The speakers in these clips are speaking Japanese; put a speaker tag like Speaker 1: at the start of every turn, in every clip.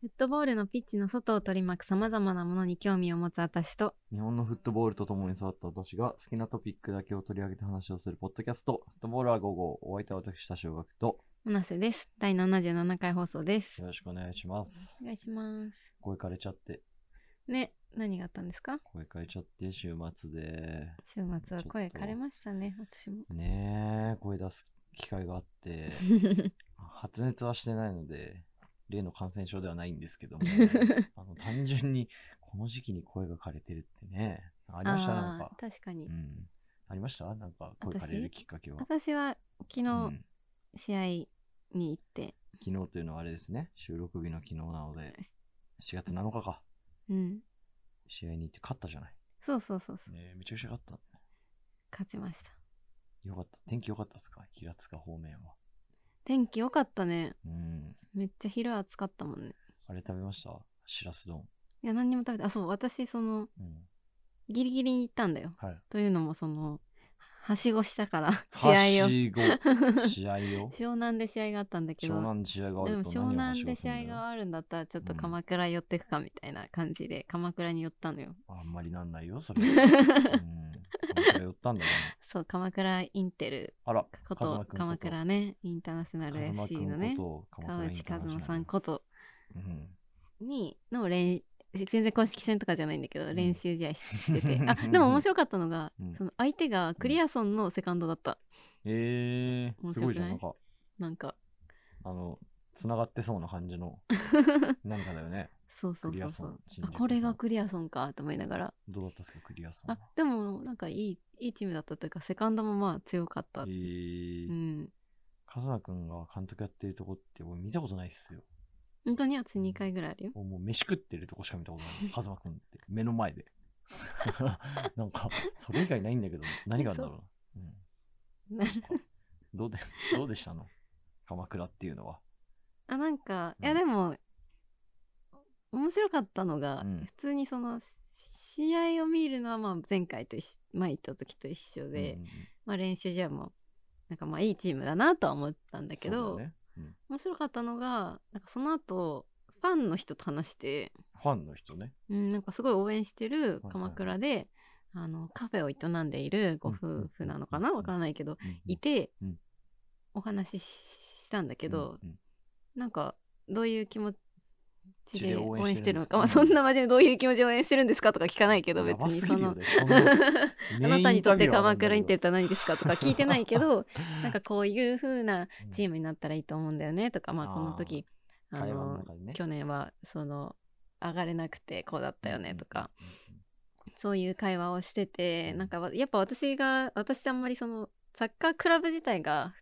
Speaker 1: フットボールのピッチの外を取り巻く様々なものに興味を持つ私と、
Speaker 2: 日本のフットボールと共に育った私が好きなトピックだけを取り上げて話をするポッドキャスト、フットボールは午後、お相手は私、田小学と、
Speaker 1: 七瀬です。第77回放送です
Speaker 2: よ。ろしくお願いします。
Speaker 1: お願いします。
Speaker 2: 声枯れちゃって、
Speaker 1: ね、何があったんですか
Speaker 2: 声枯れちゃって、週末で、
Speaker 1: 週末は声枯れましたね、私も。
Speaker 2: ねえ、声出す機会があって、発熱はしてないので、例の感染症ではないんですけども、 あの単純にこの時期に声が枯れてるってね、ありましたなん
Speaker 1: あ
Speaker 2: か
Speaker 1: あ、。確かに
Speaker 2: う。ん。ありましたなんか声枯れるきっかけは。
Speaker 1: 私は昨日
Speaker 2: うん
Speaker 1: 試合に行って、
Speaker 2: 昨日というのはあれですね、収録日の昨日なので、4月7日か、
Speaker 1: うん。
Speaker 2: 試合に行って勝ったじゃない。
Speaker 1: そうそうそうそう。
Speaker 2: ねえ、めちゃくちゃ勝った。
Speaker 1: 勝ちました。
Speaker 2: よかった。天気良かったですか平塚方面は。
Speaker 1: 天気良かったね。
Speaker 2: うん。
Speaker 1: めっちゃ昼暑かったもんね。
Speaker 2: あれ食べましたしらす丼。
Speaker 1: いや、何にも食べて、あ、そう、私、その、
Speaker 2: うん。
Speaker 1: ギリギリに行ったんだよ。
Speaker 2: はい。
Speaker 1: というのも、その、はしごしたから、試合
Speaker 2: は
Speaker 1: を。
Speaker 2: し ご。試合を。
Speaker 1: 湘南で試合があったんだけど
Speaker 2: 湘南で試合があ
Speaker 1: でも
Speaker 2: ると
Speaker 1: 湘
Speaker 2: 何をはし
Speaker 1: 南
Speaker 2: ご
Speaker 1: です試
Speaker 2: るんだ
Speaker 1: 合
Speaker 2: よ
Speaker 1: があるんだったらちょっと
Speaker 2: うん
Speaker 1: 鎌倉寄ってくかみたいな感じで、鎌倉に寄ったの よ
Speaker 2: あんまりなんないよ、それ。うん。鎌倉寄ったんだけど。
Speaker 1: そう鎌倉インテル
Speaker 2: あら、
Speaker 1: こ
Speaker 2: 風間
Speaker 1: と
Speaker 2: 君こと
Speaker 1: 鎌倉ねインターナショナル
Speaker 2: 風間
Speaker 1: FC
Speaker 2: 君
Speaker 1: のね
Speaker 2: こと鎌
Speaker 1: 川
Speaker 2: 倉イ
Speaker 1: 内
Speaker 2: ンタ
Speaker 1: 和
Speaker 2: ーナショナル
Speaker 1: 馬さんこと
Speaker 2: うん。
Speaker 1: にの練全然公式戦とかじゃないんだけど、
Speaker 2: うん
Speaker 1: 練習試合しして てあでも面白かったのが、
Speaker 2: うん
Speaker 1: その相手がクリアソンのセカンドだった
Speaker 2: えー、
Speaker 1: 面白くない
Speaker 2: すごいじゃん。なんか、
Speaker 1: なん か
Speaker 2: あの、つながってそうな感じの 何かだよね。
Speaker 1: そうそ
Speaker 2: ク
Speaker 1: う
Speaker 2: リ
Speaker 1: そ
Speaker 2: ア
Speaker 1: うそ
Speaker 2: ソン
Speaker 1: う。
Speaker 2: 新
Speaker 1: あ
Speaker 2: 宿さん
Speaker 1: これがクリアソンかと思いながら
Speaker 2: どうだったっすか、クリアソン
Speaker 1: あ
Speaker 2: は。
Speaker 1: でもなんかいいいいチームだったというかセカンドもまあ強かった、
Speaker 2: えー
Speaker 1: うん
Speaker 2: カズマくんが監督やってるとこって俺見たことないっすよ。
Speaker 1: 本当に私2回ぐらいあるよ
Speaker 2: もう飯食ってるとこしか見たことな い。カズマくんって目の前で。 なんか、それ以外ないんだけど、何があるんだろうな。うん、そっかどうでどうでしたの 鎌倉っていうのは。
Speaker 1: あなんか
Speaker 2: うん
Speaker 1: いやでも、面白かったのが、
Speaker 2: うん
Speaker 1: 普通にその試合を見るのはまあ前回と一緒前行った時と一緒で、
Speaker 2: うんうんうん
Speaker 1: まあ、練習試合もなんかまあいいチームだなとは思ったんだけ
Speaker 2: そ
Speaker 1: ど
Speaker 2: うだよねうん
Speaker 1: 面白かったのがなんかその後ファンの人と話して、
Speaker 2: ファンの人ね。
Speaker 1: うん、なんかすごい応援してる
Speaker 2: はい
Speaker 1: 鎌倉で、あのカフェを営んでいるご夫婦なのかな
Speaker 2: うん
Speaker 1: わからないけど、
Speaker 2: うんうん
Speaker 1: いて、
Speaker 2: うん
Speaker 1: お話ししたんだけど、
Speaker 2: うんうん
Speaker 1: なんかどういう気持ち
Speaker 2: ちで
Speaker 1: で
Speaker 2: 応
Speaker 1: 応
Speaker 2: 援
Speaker 1: 援
Speaker 2: し
Speaker 1: してて
Speaker 2: る
Speaker 1: る
Speaker 2: んで
Speaker 1: の
Speaker 2: すか
Speaker 1: か、 まあ、そんな真面目にどういう気持ちで応援してるんですかとか聞かないけど別にその。 あなたにとって鎌倉インテルとは何ですかとか聞いてないけ どなんかこういう風なチー
Speaker 2: ム、
Speaker 1: ムになったらいいと思うんだよねとかまあ
Speaker 2: あー
Speaker 1: この時
Speaker 2: うん
Speaker 1: あ
Speaker 2: 会話の
Speaker 1: の、
Speaker 2: 中でね、
Speaker 1: 去年はその上がれなくてこうだったよねとか、
Speaker 2: うん
Speaker 1: そういう会話をしてて
Speaker 2: うん
Speaker 1: なんかわやっぱ私が私ってあんまりそのサッカークラブ自体が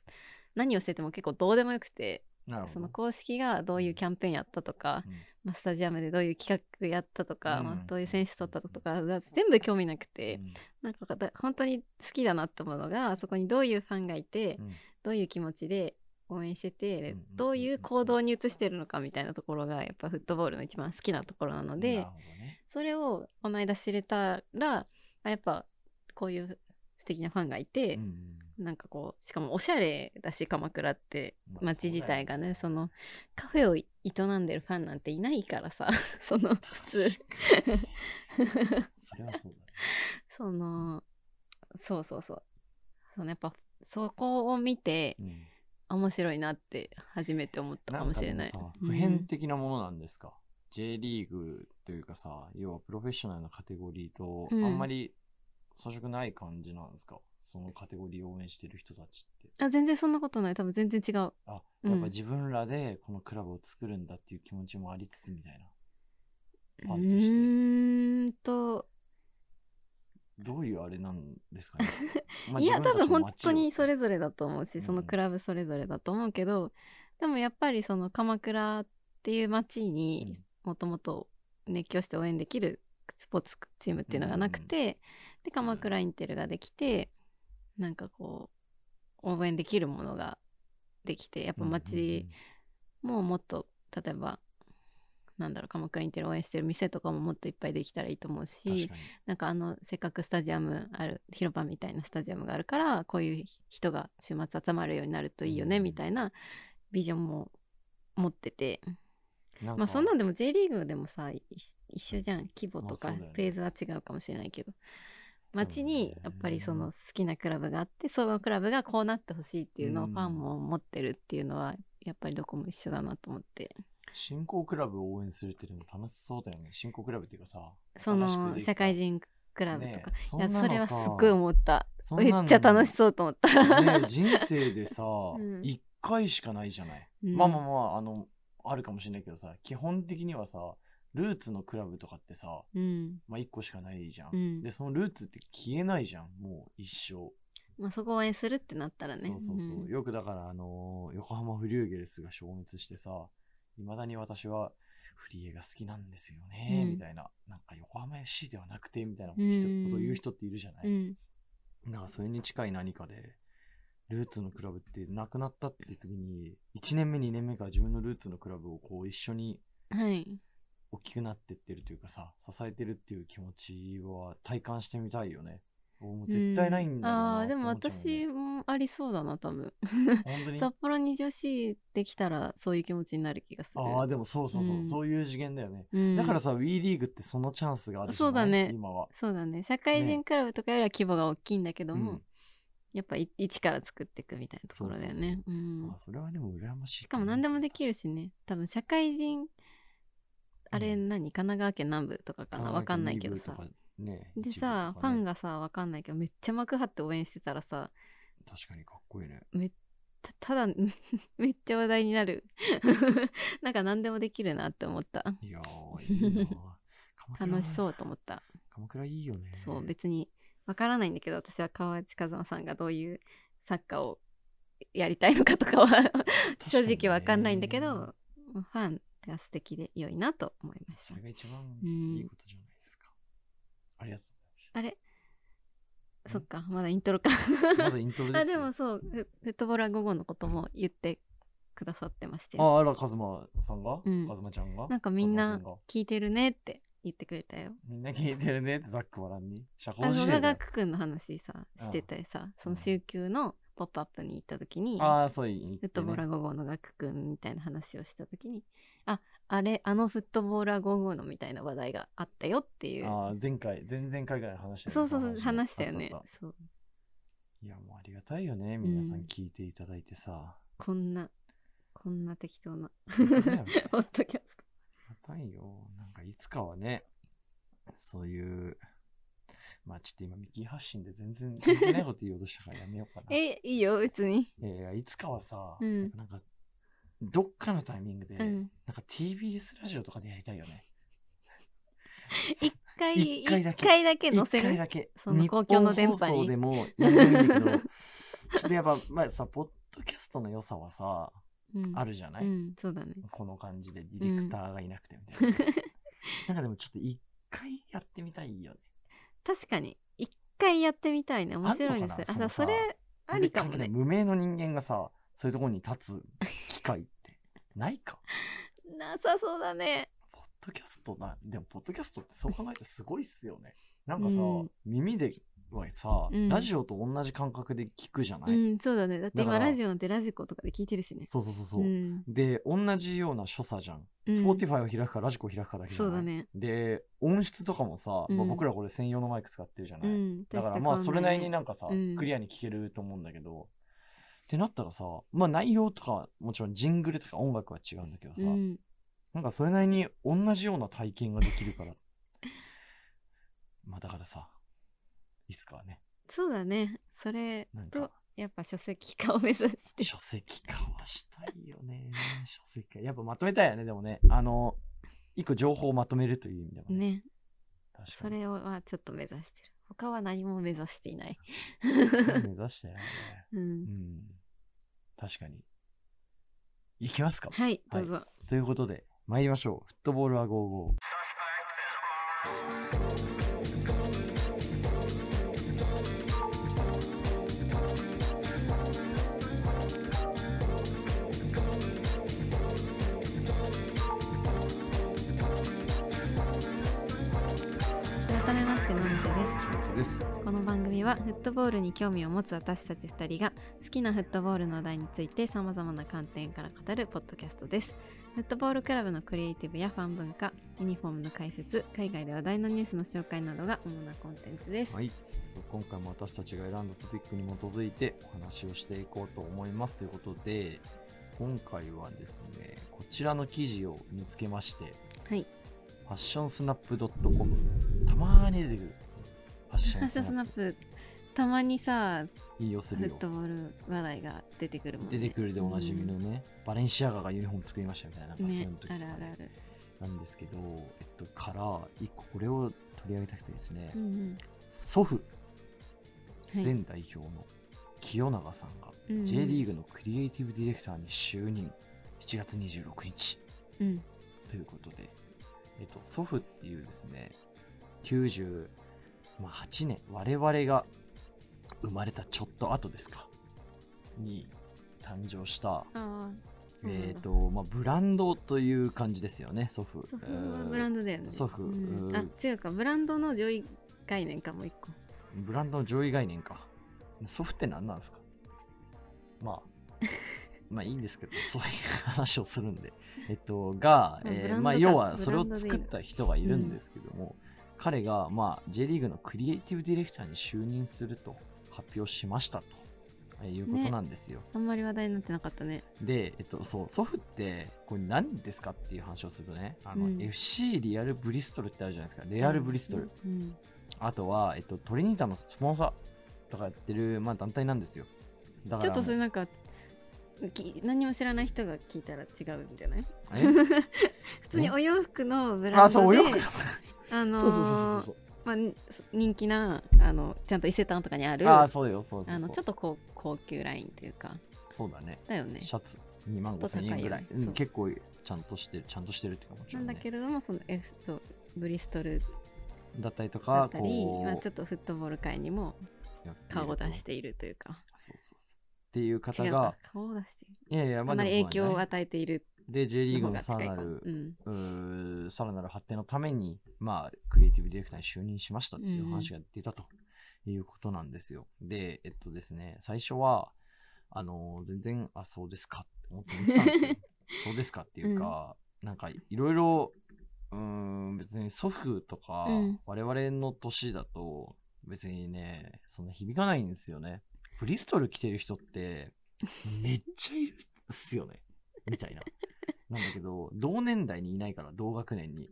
Speaker 1: 何をしてても結構どうでもよくて
Speaker 2: うんうん。なるほど
Speaker 1: その公式がどういうキャンペーンやったとか、
Speaker 2: うん
Speaker 1: まあ、スタジアムでどういう企画やったとか、
Speaker 2: うん
Speaker 1: まあ、どういう選手取ったとか全部興味なくて。
Speaker 2: うん
Speaker 1: なんかだ本当に好きだなって思うのがそこにどういうファンがいて、
Speaker 2: うん
Speaker 1: どういう気持ちで応援してて、で
Speaker 2: うんうんうんうん
Speaker 1: どういう行動に移してるのかみたいなところがやっぱフットボールの一番好きなところなので
Speaker 2: なるほどね
Speaker 1: それをこの間知れたらあやっぱこういう素敵なファンがいて
Speaker 2: う、ん
Speaker 1: なんかこうしかもおしゃれだし鎌倉って
Speaker 2: まあ
Speaker 1: 街自体がね,、
Speaker 2: そ
Speaker 1: そう
Speaker 2: だ
Speaker 1: のカフェを営んでるファンなんていないからさ その普
Speaker 2: うん
Speaker 1: 通
Speaker 2: 確かにそれはそう
Speaker 1: そのそうそうそうそのやっぱそこを見て
Speaker 2: だね。
Speaker 1: 面白いなって初めて思ったかもしれない
Speaker 2: んかでもさ
Speaker 1: うん
Speaker 2: 普遍的なものなんですか ?J リーグというかさ、要はプロフェッショナルなカテゴリーと、あ
Speaker 1: うん
Speaker 2: んまり遜色ない感じなんですかそのカテゴリーを応援してる人たちって。
Speaker 1: あ全然そんなことない多分全然違う
Speaker 2: あ、
Speaker 1: うん
Speaker 2: やっぱ自分らでこのクラブを作るんだっていう気持ちもありつつみたいな。ファ
Speaker 1: う
Speaker 2: ンとして
Speaker 1: ーんと
Speaker 2: どういうあれなんで すかね。まあ
Speaker 1: いや多分本当にそれ
Speaker 2: ぞ
Speaker 1: ぞれだと思うし
Speaker 2: うん
Speaker 1: そのクラブそれぞれだと思うけど、でもやっぱりその鎌倉っていう街にもともと熱狂して応援できるスポーツチームっていうのがなくて、で
Speaker 2: そうだね
Speaker 1: 鎌倉インテルができてなんかこう応援できるものができてやっぱ街、もうもっと例えばなんだろう鎌倉インテルを応援してる店とかももっといっぱいできたらいいと思うしなんかあのせっかくスタジアムある広場みたいなスタジアムがあるからこういう人が週末集まるようになるといいよね、
Speaker 2: うん
Speaker 1: みたいなビジョンも持ってて
Speaker 2: なん
Speaker 1: まあ
Speaker 2: か
Speaker 1: そんなんでも J リーグでもさい一緒じゃん規模
Speaker 2: まあ
Speaker 1: とか
Speaker 2: そうだよね
Speaker 1: フェーズは違うかもしれないけど
Speaker 2: だよね
Speaker 1: 街にやっぱりその好きなクラブがあってそのクラブがこうなってほしいっていうのを
Speaker 2: う
Speaker 1: フ
Speaker 2: ん
Speaker 1: ァンも持ってるっていうのはやっぱりどこも一緒だなと思って
Speaker 2: 新興クラブを応援するってでも楽しそうだよね。新興クラブっていうかさ、
Speaker 1: その社会
Speaker 2: ク
Speaker 1: 人クラブとか、いや
Speaker 2: んなのさ
Speaker 1: それはすっごい思った
Speaker 2: そんな
Speaker 1: めっ
Speaker 2: の
Speaker 1: ちゃ楽しそうと思った、
Speaker 2: ね人生 でさ、
Speaker 1: ん
Speaker 2: 一回しかないじゃない。
Speaker 1: うん
Speaker 2: まあまあまあ、あの、あるかもしれないけどさ、基本的にはさ、ルーツのクラブとかってさ、
Speaker 1: うん
Speaker 2: まあ一個しかないじゃん。
Speaker 1: うん
Speaker 2: で、そのルーツって消えないじゃん、もう一生。
Speaker 1: まあ、そこを応援するってなったらね
Speaker 2: そうそうそう。
Speaker 1: ん
Speaker 2: よくだから、あのー横浜フリューゲルスが消滅してさ、いまだに私はフリエが好きなんですよね、
Speaker 1: うん
Speaker 2: みたいな。なんか横浜 FC ではなくて、みたいな人
Speaker 1: うん
Speaker 2: ことを言う人っているじゃない。
Speaker 1: うん
Speaker 2: なんかそれに近い何かで、ルーツのクラブってなくなったって時に、1年目、2年目から自分のルーツのクラブをこう一緒に
Speaker 1: はい
Speaker 2: 大きくなってってるというかさ、支えてるっていう気持ちは体感してみたいよね。もう絶対ないんだろう
Speaker 1: あ
Speaker 2: な
Speaker 1: あー
Speaker 2: って
Speaker 1: でも
Speaker 2: 思っちゃうもん
Speaker 1: 私
Speaker 2: ね、
Speaker 1: もありそうだな多分
Speaker 2: 本当に
Speaker 1: 札幌に女子できたらそういう気持ちになる気がする
Speaker 2: ああ、でもそうそうそう、
Speaker 1: うん
Speaker 2: そういう次元だよね。
Speaker 1: うん
Speaker 2: だからさ、WE リーグってそのチャンスがあるじゃ
Speaker 1: そうだね
Speaker 2: 今は。
Speaker 1: そうだね社会人クラブとかよりは規模が大きいんだけども、
Speaker 2: うん
Speaker 1: やっぱい一から作っていくみたいなところだよね
Speaker 2: そうま
Speaker 1: ん
Speaker 2: あ、それはでも羨ましい。
Speaker 1: しかも何でもできる
Speaker 2: し。
Speaker 1: しね多分社会人あれ
Speaker 2: うん
Speaker 1: 何、神奈川県南部とかかなわかんないけどさ
Speaker 2: 神奈川県二部とかね、
Speaker 1: で
Speaker 2: 一部とか
Speaker 1: さ、
Speaker 2: ね
Speaker 1: ファン。がさわかんないけどめっちゃ幕張って応援してたらさ
Speaker 2: 確かにかっこいいね。
Speaker 1: たただ めっちゃ話題になる なんか何でもできるなって思った
Speaker 2: いやー、いいなー鎌倉
Speaker 1: 楽しそうと思った
Speaker 2: 鎌倉いいよね。
Speaker 1: そう別にわからないんだけど私は川内和馬さんがどういうサッカーをやりたいのかとかは
Speaker 2: 確か
Speaker 1: 正
Speaker 2: にね
Speaker 1: 直わかんないんだけど、ファンが素敵で良いなと思いまし
Speaker 2: そ
Speaker 1: た
Speaker 2: れが一番
Speaker 1: うん
Speaker 2: いいことじゃないですか。ありがとう
Speaker 1: あれそっかまだイントロか
Speaker 2: ございます。まだイントロです よ。
Speaker 1: あでもそうフフットボールは午後のことも言ってくださってまして
Speaker 2: あ、あら、カズマさんが、
Speaker 1: うん
Speaker 2: カズマちゃんが
Speaker 1: なんかみん
Speaker 2: カ
Speaker 1: な
Speaker 2: ズマくが
Speaker 1: 聞いてるねって言ってくれたよ
Speaker 2: みんな聞いてるねってざっくばらんに。社
Speaker 1: あ
Speaker 2: 交
Speaker 1: の
Speaker 2: 辞令だ
Speaker 1: 長
Speaker 2: よ。
Speaker 1: 久くんの話さしてたりさその週休のポップアップに行った時に
Speaker 2: ああ、そういい。
Speaker 1: フットボーラー5号のガクくんみたいな話をしたときに、あ、あれ、あのフットボーラー5号のみたいな話題があったよっていう。
Speaker 2: ああ、前回、前々回ぐらいの話したよ
Speaker 1: そう
Speaker 2: ね
Speaker 1: そうそう、
Speaker 2: の
Speaker 1: 話したよね
Speaker 2: あったあっ。
Speaker 1: そう。
Speaker 2: たいや、もうありがたいよね。皆さ
Speaker 1: うん
Speaker 2: ん聞いていただいてさ。
Speaker 1: こんな、こんな適当な。
Speaker 2: 本当だよね
Speaker 1: ホットキャスト。
Speaker 2: ありがたいよ。なんかいつかはね、そういう、まあちょっと今、右発信で全然関係ないこと言おうとしたからやめようかな。
Speaker 1: え、いいよ、別に。
Speaker 2: いやいやいつかはさ、
Speaker 1: うん
Speaker 2: なんか、どっかのタイミングで、
Speaker 1: うん。
Speaker 2: なんか TBS ラジオとかでやりたいよね。
Speaker 1: 一回、
Speaker 2: 一
Speaker 1: 一
Speaker 2: 回
Speaker 1: 回
Speaker 2: だ
Speaker 1: だ
Speaker 2: け
Speaker 1: け載
Speaker 2: 一
Speaker 1: せ
Speaker 2: 回
Speaker 1: る。
Speaker 2: だけ。
Speaker 1: その公共の電波に
Speaker 2: 日本放送でもやるんだけど、ちょっ とやっぱ、まあさ、ポッドキャストの良さはさ、
Speaker 1: うん
Speaker 2: あるじゃない、
Speaker 1: うん、そうだね。
Speaker 2: この感じでディレクターがいなくてみたいな。 なんかでもちょっと一回やってみたいよね。
Speaker 1: 確かに、一回やってみたいね。面白いです
Speaker 2: あんの
Speaker 1: ね。
Speaker 2: か
Speaker 1: あ、
Speaker 2: な
Speaker 1: そ
Speaker 2: そのさ
Speaker 1: れ、ありかも
Speaker 2: 全然関係ない
Speaker 1: ね。
Speaker 2: 無名の人間がさ、そういうところに立つ機会ってないか。
Speaker 1: なさそうだね。
Speaker 2: ポッドキャストな、でもポッドキャストってそう考えたらすごいっすよね。なんかさ、
Speaker 1: うん
Speaker 2: 耳ではさ、
Speaker 1: うん
Speaker 2: ラジオと同じ感覚で聞くじゃない、
Speaker 1: うん、そうだね。だって
Speaker 2: だ
Speaker 1: 今、
Speaker 2: から
Speaker 1: ラジオなんてラジコとかで聞いてるしね。
Speaker 2: そうそうそうそう。
Speaker 1: うん。
Speaker 2: で、同じような所作じゃん。
Speaker 1: うん
Speaker 2: スポーティファイを開くかラジコを開くかだけじゃ
Speaker 1: そ
Speaker 2: な
Speaker 1: うだ
Speaker 2: い
Speaker 1: ね。
Speaker 2: で、音質とかもさ、ま
Speaker 1: う
Speaker 2: あ、
Speaker 1: ん
Speaker 2: 僕らこれ専用のマイク使ってるじゃな
Speaker 1: う
Speaker 2: い、
Speaker 1: ん。
Speaker 2: だからまあそれなりに
Speaker 1: な。
Speaker 2: なんかさ、
Speaker 1: うん
Speaker 2: クリアに聞けると思うんだけど、ってなったらさ、まあ内容とかもちろんジングルとか音楽は違うんだけどさ、
Speaker 1: うん、
Speaker 2: なんかそれなりに同じような体験ができるから。 まあだからさ、いつかはね、
Speaker 1: そうだね。それ
Speaker 2: なんか
Speaker 1: と、やっぱ書籍化を目指して。
Speaker 2: 書籍化はしたいよね。書籍化。やっぱまとめたいよね、でもね。あの、一個情報をまとめるという意味でもね。
Speaker 1: ね。
Speaker 2: 確か
Speaker 1: そ
Speaker 2: に。
Speaker 1: れはちょっと目指してる。他は何も目指していない。
Speaker 2: 目指してやるね。
Speaker 1: うん
Speaker 2: う。ん。確かに。いきますか。
Speaker 1: はい、どうぞ。
Speaker 2: ということで、参りましょう。フットボールは55。
Speaker 1: 改めまして、のみせです。
Speaker 2: です。
Speaker 1: この番組はフットボールに興味を持つ私たち2人が好きなフットボールの話題についてさまざまな観点から語るポッドキャストです。フットボールクラブのクリエイティブやファン文化ユニフォームの解説海外で話題のニュースの紹介などが主なコンテンツです、
Speaker 2: はい、早速今回も私たちが選んだトピックに基づいてお話をしていこうと思いますということで今回はですねこちらの記事を見つけまして
Speaker 1: はい
Speaker 2: ファッションスナップ .com たまーに出てくるファッシ
Speaker 1: ファ
Speaker 2: ョ
Speaker 1: ッ
Speaker 2: ン
Speaker 1: ション
Speaker 2: ス
Speaker 1: スナ
Speaker 2: ナッ
Speaker 1: ッ
Speaker 2: プ
Speaker 1: プたまにさ
Speaker 2: 引用す
Speaker 1: フ
Speaker 2: る
Speaker 1: ッ
Speaker 2: よ
Speaker 1: トボール話題が出てくるもんね
Speaker 2: 出てくるでおなじみのね、バレンシアガがユニフォーム作りましたみたいななんか
Speaker 1: うん
Speaker 2: そうい
Speaker 1: ね
Speaker 2: うの時とか
Speaker 1: あ
Speaker 2: ね
Speaker 1: るあるある
Speaker 2: なんですけど、えっと、から一個これを取り上げたくてですね、
Speaker 1: うん
Speaker 2: 祖父
Speaker 1: うんはい
Speaker 2: 前代表の清永さんが
Speaker 1: うん
Speaker 2: J リーグのクリエイティブディレクターに就任7月26日
Speaker 1: うん
Speaker 2: ということで、えっと、祖父っていうですね98年我々が生まれたちょっと後ですかに誕生した、
Speaker 1: あそうなんだ
Speaker 2: えっとまあ、ブランドという感じですよね祖父
Speaker 1: あ祖父はブランドだよね
Speaker 2: 祖父
Speaker 1: うん
Speaker 2: うん
Speaker 1: あ違うかブランドの上位概念かも一個
Speaker 2: ブランドの上位概念か。祖父って何なんですかまあ、 まあいいんですけど、そういう話をするんで。えっと、が、
Speaker 1: まあブラ
Speaker 2: えー
Speaker 1: ンド
Speaker 2: まあ
Speaker 1: か
Speaker 2: 要は
Speaker 1: ブ
Speaker 2: それ
Speaker 1: ラ
Speaker 2: を
Speaker 1: ンドでいいの
Speaker 2: 作った人がいるんですけども、彼が、まあ、J リーグのクリエイティブディレクターに就任すると発表しましたと。えーいうこと
Speaker 1: ね
Speaker 2: なんですよ、
Speaker 1: あんまり話題になってなかったね
Speaker 2: で、えっと、そう祖父ってこれ何ですかっていう話をするとねあの、
Speaker 1: うん
Speaker 2: FC リアルブリストルってあるじゃないですかレアルブリストル、
Speaker 1: うん
Speaker 2: あとは、えっと、トリニータのスポンサーとかやってる、まあ、団体なんですよ。だか
Speaker 1: ちょ
Speaker 2: ら
Speaker 1: っとそれなんかき何も知らない人が聞いたら違うんじゃない
Speaker 2: え
Speaker 1: 普通にお洋服のブラ
Speaker 2: あ、
Speaker 1: ン
Speaker 2: そう、
Speaker 1: ド
Speaker 2: お
Speaker 1: で
Speaker 2: 洋服だ。
Speaker 1: あ
Speaker 2: そうそうそ
Speaker 1: の
Speaker 2: う
Speaker 1: ー
Speaker 2: そう
Speaker 1: まあに人気なあのちゃんと伊勢丹とかにあ
Speaker 2: そう。
Speaker 1: る
Speaker 2: あ
Speaker 1: あ
Speaker 2: ー、そうよ、そうそうそう。
Speaker 1: のちょっとこう高級ラインというか
Speaker 2: そうだね。
Speaker 1: だよね
Speaker 2: シャツ2万5千円ぐら
Speaker 1: ちょ
Speaker 2: い。
Speaker 1: っと高いよね
Speaker 2: う
Speaker 1: そ
Speaker 2: ん
Speaker 1: う
Speaker 2: 結構ちゃんとしてる、ちゃんとしてるっていうか、もち
Speaker 1: な
Speaker 2: ろん、
Speaker 1: ん
Speaker 2: ね。
Speaker 1: だけれどもその、F、そうブリストル
Speaker 2: だったりと
Speaker 1: だ
Speaker 2: か
Speaker 1: っ、たり、
Speaker 2: こう、
Speaker 1: まあ、ちょっとフットボール界にも
Speaker 2: やっていると
Speaker 1: 顔を出しているというか
Speaker 2: そうそうそう。っていう方
Speaker 1: 違う
Speaker 2: が
Speaker 1: か、顔を出している
Speaker 2: いやいや、ま
Speaker 1: あ
Speaker 2: あ
Speaker 1: んまり影
Speaker 2: でもそう
Speaker 1: 響を
Speaker 2: だね
Speaker 1: 与えている
Speaker 2: で、J リー
Speaker 1: の方
Speaker 2: グの
Speaker 1: が
Speaker 2: さ
Speaker 1: 近い
Speaker 2: ら
Speaker 1: か
Speaker 2: な
Speaker 1: も
Speaker 2: る、
Speaker 1: うん
Speaker 2: うーさらなる発展のために、まあ、クリエイティブディレクターに就任しましたっていう話が出たということなんですよ。で、えっとですね、最初は、あの、全然、あ、そうですかって思って見てたん ですよ。そうですかっていうか、なんか、いろいろ、うーん、別に祖父とか、
Speaker 1: うん
Speaker 2: 我々の年だと、別にね、そんな響かないんですよね。ブリストル着てる人って、めっちゃいるっすよね。みたいな。なんだけど、同年代にいないから、同学年に。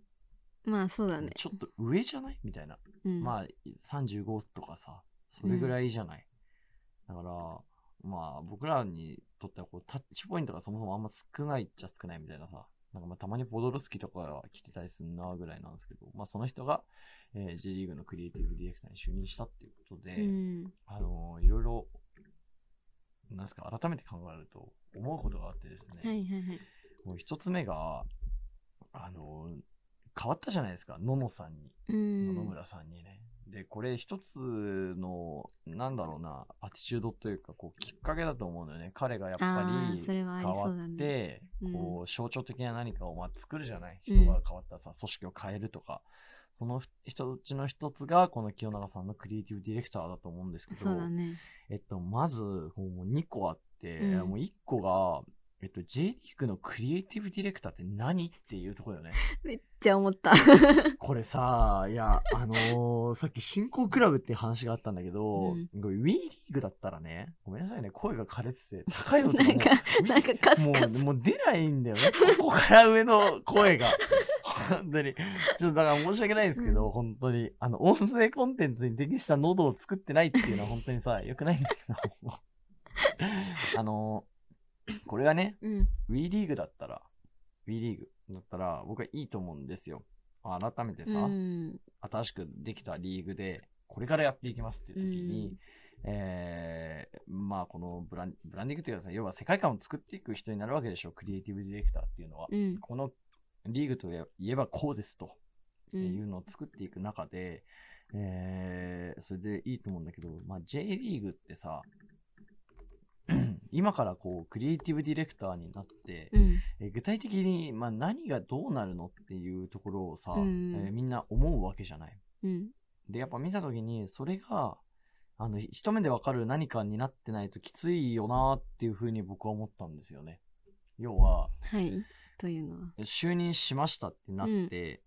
Speaker 1: まあそうだね、
Speaker 2: ちょっと上じゃないみたいな。
Speaker 1: うん、
Speaker 2: まあ、35とかさ、それぐらいじゃない。だから、まあ、僕らにとってはこう、タッチポイントがそもそもあんま少ないっちゃ少ないみたいなさ。なんかまあたまにボドルスキとかが来てたりするなぐらいなんですけど、まあその人が、えー J リーグのクリエイティブディレクターに就任したっていうことで、
Speaker 1: うん
Speaker 2: あのーいろいろ、なんですか、改めて考えると思うことがあってですね、
Speaker 1: はいはいはい
Speaker 2: もう一つ目が、あの、変わったじゃないですか、野々さんに、
Speaker 1: う
Speaker 2: 野
Speaker 1: ん
Speaker 2: 々村さんにね。で、これ一つの、なんだろうな、アティチュードというか、こう、きっかけだと思うんだよね。彼がやっぱ
Speaker 1: あ
Speaker 2: り
Speaker 1: ーそ
Speaker 2: 変
Speaker 1: れはあり
Speaker 2: わ
Speaker 1: そうだ
Speaker 2: っ
Speaker 1: ね
Speaker 2: て、
Speaker 1: うん
Speaker 2: こう、象徴的な何かをまあ作るじゃない。
Speaker 1: うん
Speaker 2: 人が変わったらさ、組織を変えるとか。その人うちの一つが、この清永さんのクリエイティブディレクターだと思うんですけど、
Speaker 1: そうだね
Speaker 2: えっと、まず、もう2個あって、
Speaker 1: うん
Speaker 2: もう1個が、えっと、J リーグのクリエイティブディレクターって何っていうところよね。
Speaker 1: めっちゃ思 った
Speaker 2: これさ、いや、あのーさっき新興クラブっていう話があったんだけど、
Speaker 1: うん
Speaker 2: これ WE リーグだったらね、ごめんなさいね、声が枯れてて、高い音がも う
Speaker 1: なんかなんかカスカ
Speaker 2: も
Speaker 1: ス
Speaker 2: うもう出ないんだよね、ここから上の 声が。本当に。ちょっとだから申し訳ないんですけど、
Speaker 1: うん
Speaker 2: 本当に、あの、音声コンテンツに適した喉を作ってないっていうのは本当にさ、良くないんだけ ど。あのーこれがね、
Speaker 1: うん
Speaker 2: WE リーグだったら、WE リーグだったら、僕はいいと思うんですよ。改めてさ、
Speaker 1: うん
Speaker 2: 新しくできたリーグで、これからやっていきますっていう時に、えーまあこのブランブランディングというかさ、要は世界観を作っていく人になるわけでしょ、クリエイティブディレクターっていうのは。
Speaker 1: うん
Speaker 2: このリーグといえばこうですと
Speaker 1: う
Speaker 2: い
Speaker 1: ん
Speaker 2: うのを作っていく中で、えーそれでいいと思うんだけど、まあ、J リーグってさ、 今からこうクリエイティブディレクターになって、
Speaker 1: うん
Speaker 2: えー具体的に、まあ、何がどうなるのっていうところをさ、
Speaker 1: うん
Speaker 2: えーみんな思うわけじゃない。
Speaker 1: うん
Speaker 2: でやっぱ見た時にそれがあの一目でわかる何かになってないときついよなっていうふうに僕は思ったんですよね。要は
Speaker 1: はいというのは。
Speaker 2: 就任しましたってなって、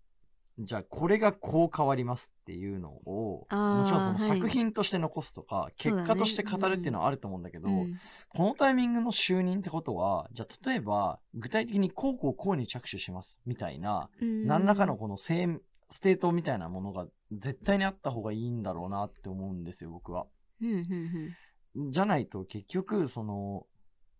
Speaker 2: じゃあこれがこう変わりますっていうのを
Speaker 1: あー
Speaker 2: もちろんその
Speaker 1: はい
Speaker 2: 作品として残すとか、結
Speaker 1: そうだ
Speaker 2: 果
Speaker 1: ね
Speaker 2: として語るっていうのはあると思うんだけど
Speaker 1: うん
Speaker 2: このタイミングの就任ってことはじゃあ例えば具体的にこうこうこうに着手しますみたいな、
Speaker 1: うん
Speaker 2: 何らかのこの声ステートみたいなものが絶対にあった方がいいんだろうなって思うんですよ僕は。
Speaker 1: うんうんうん
Speaker 2: じゃないと結局その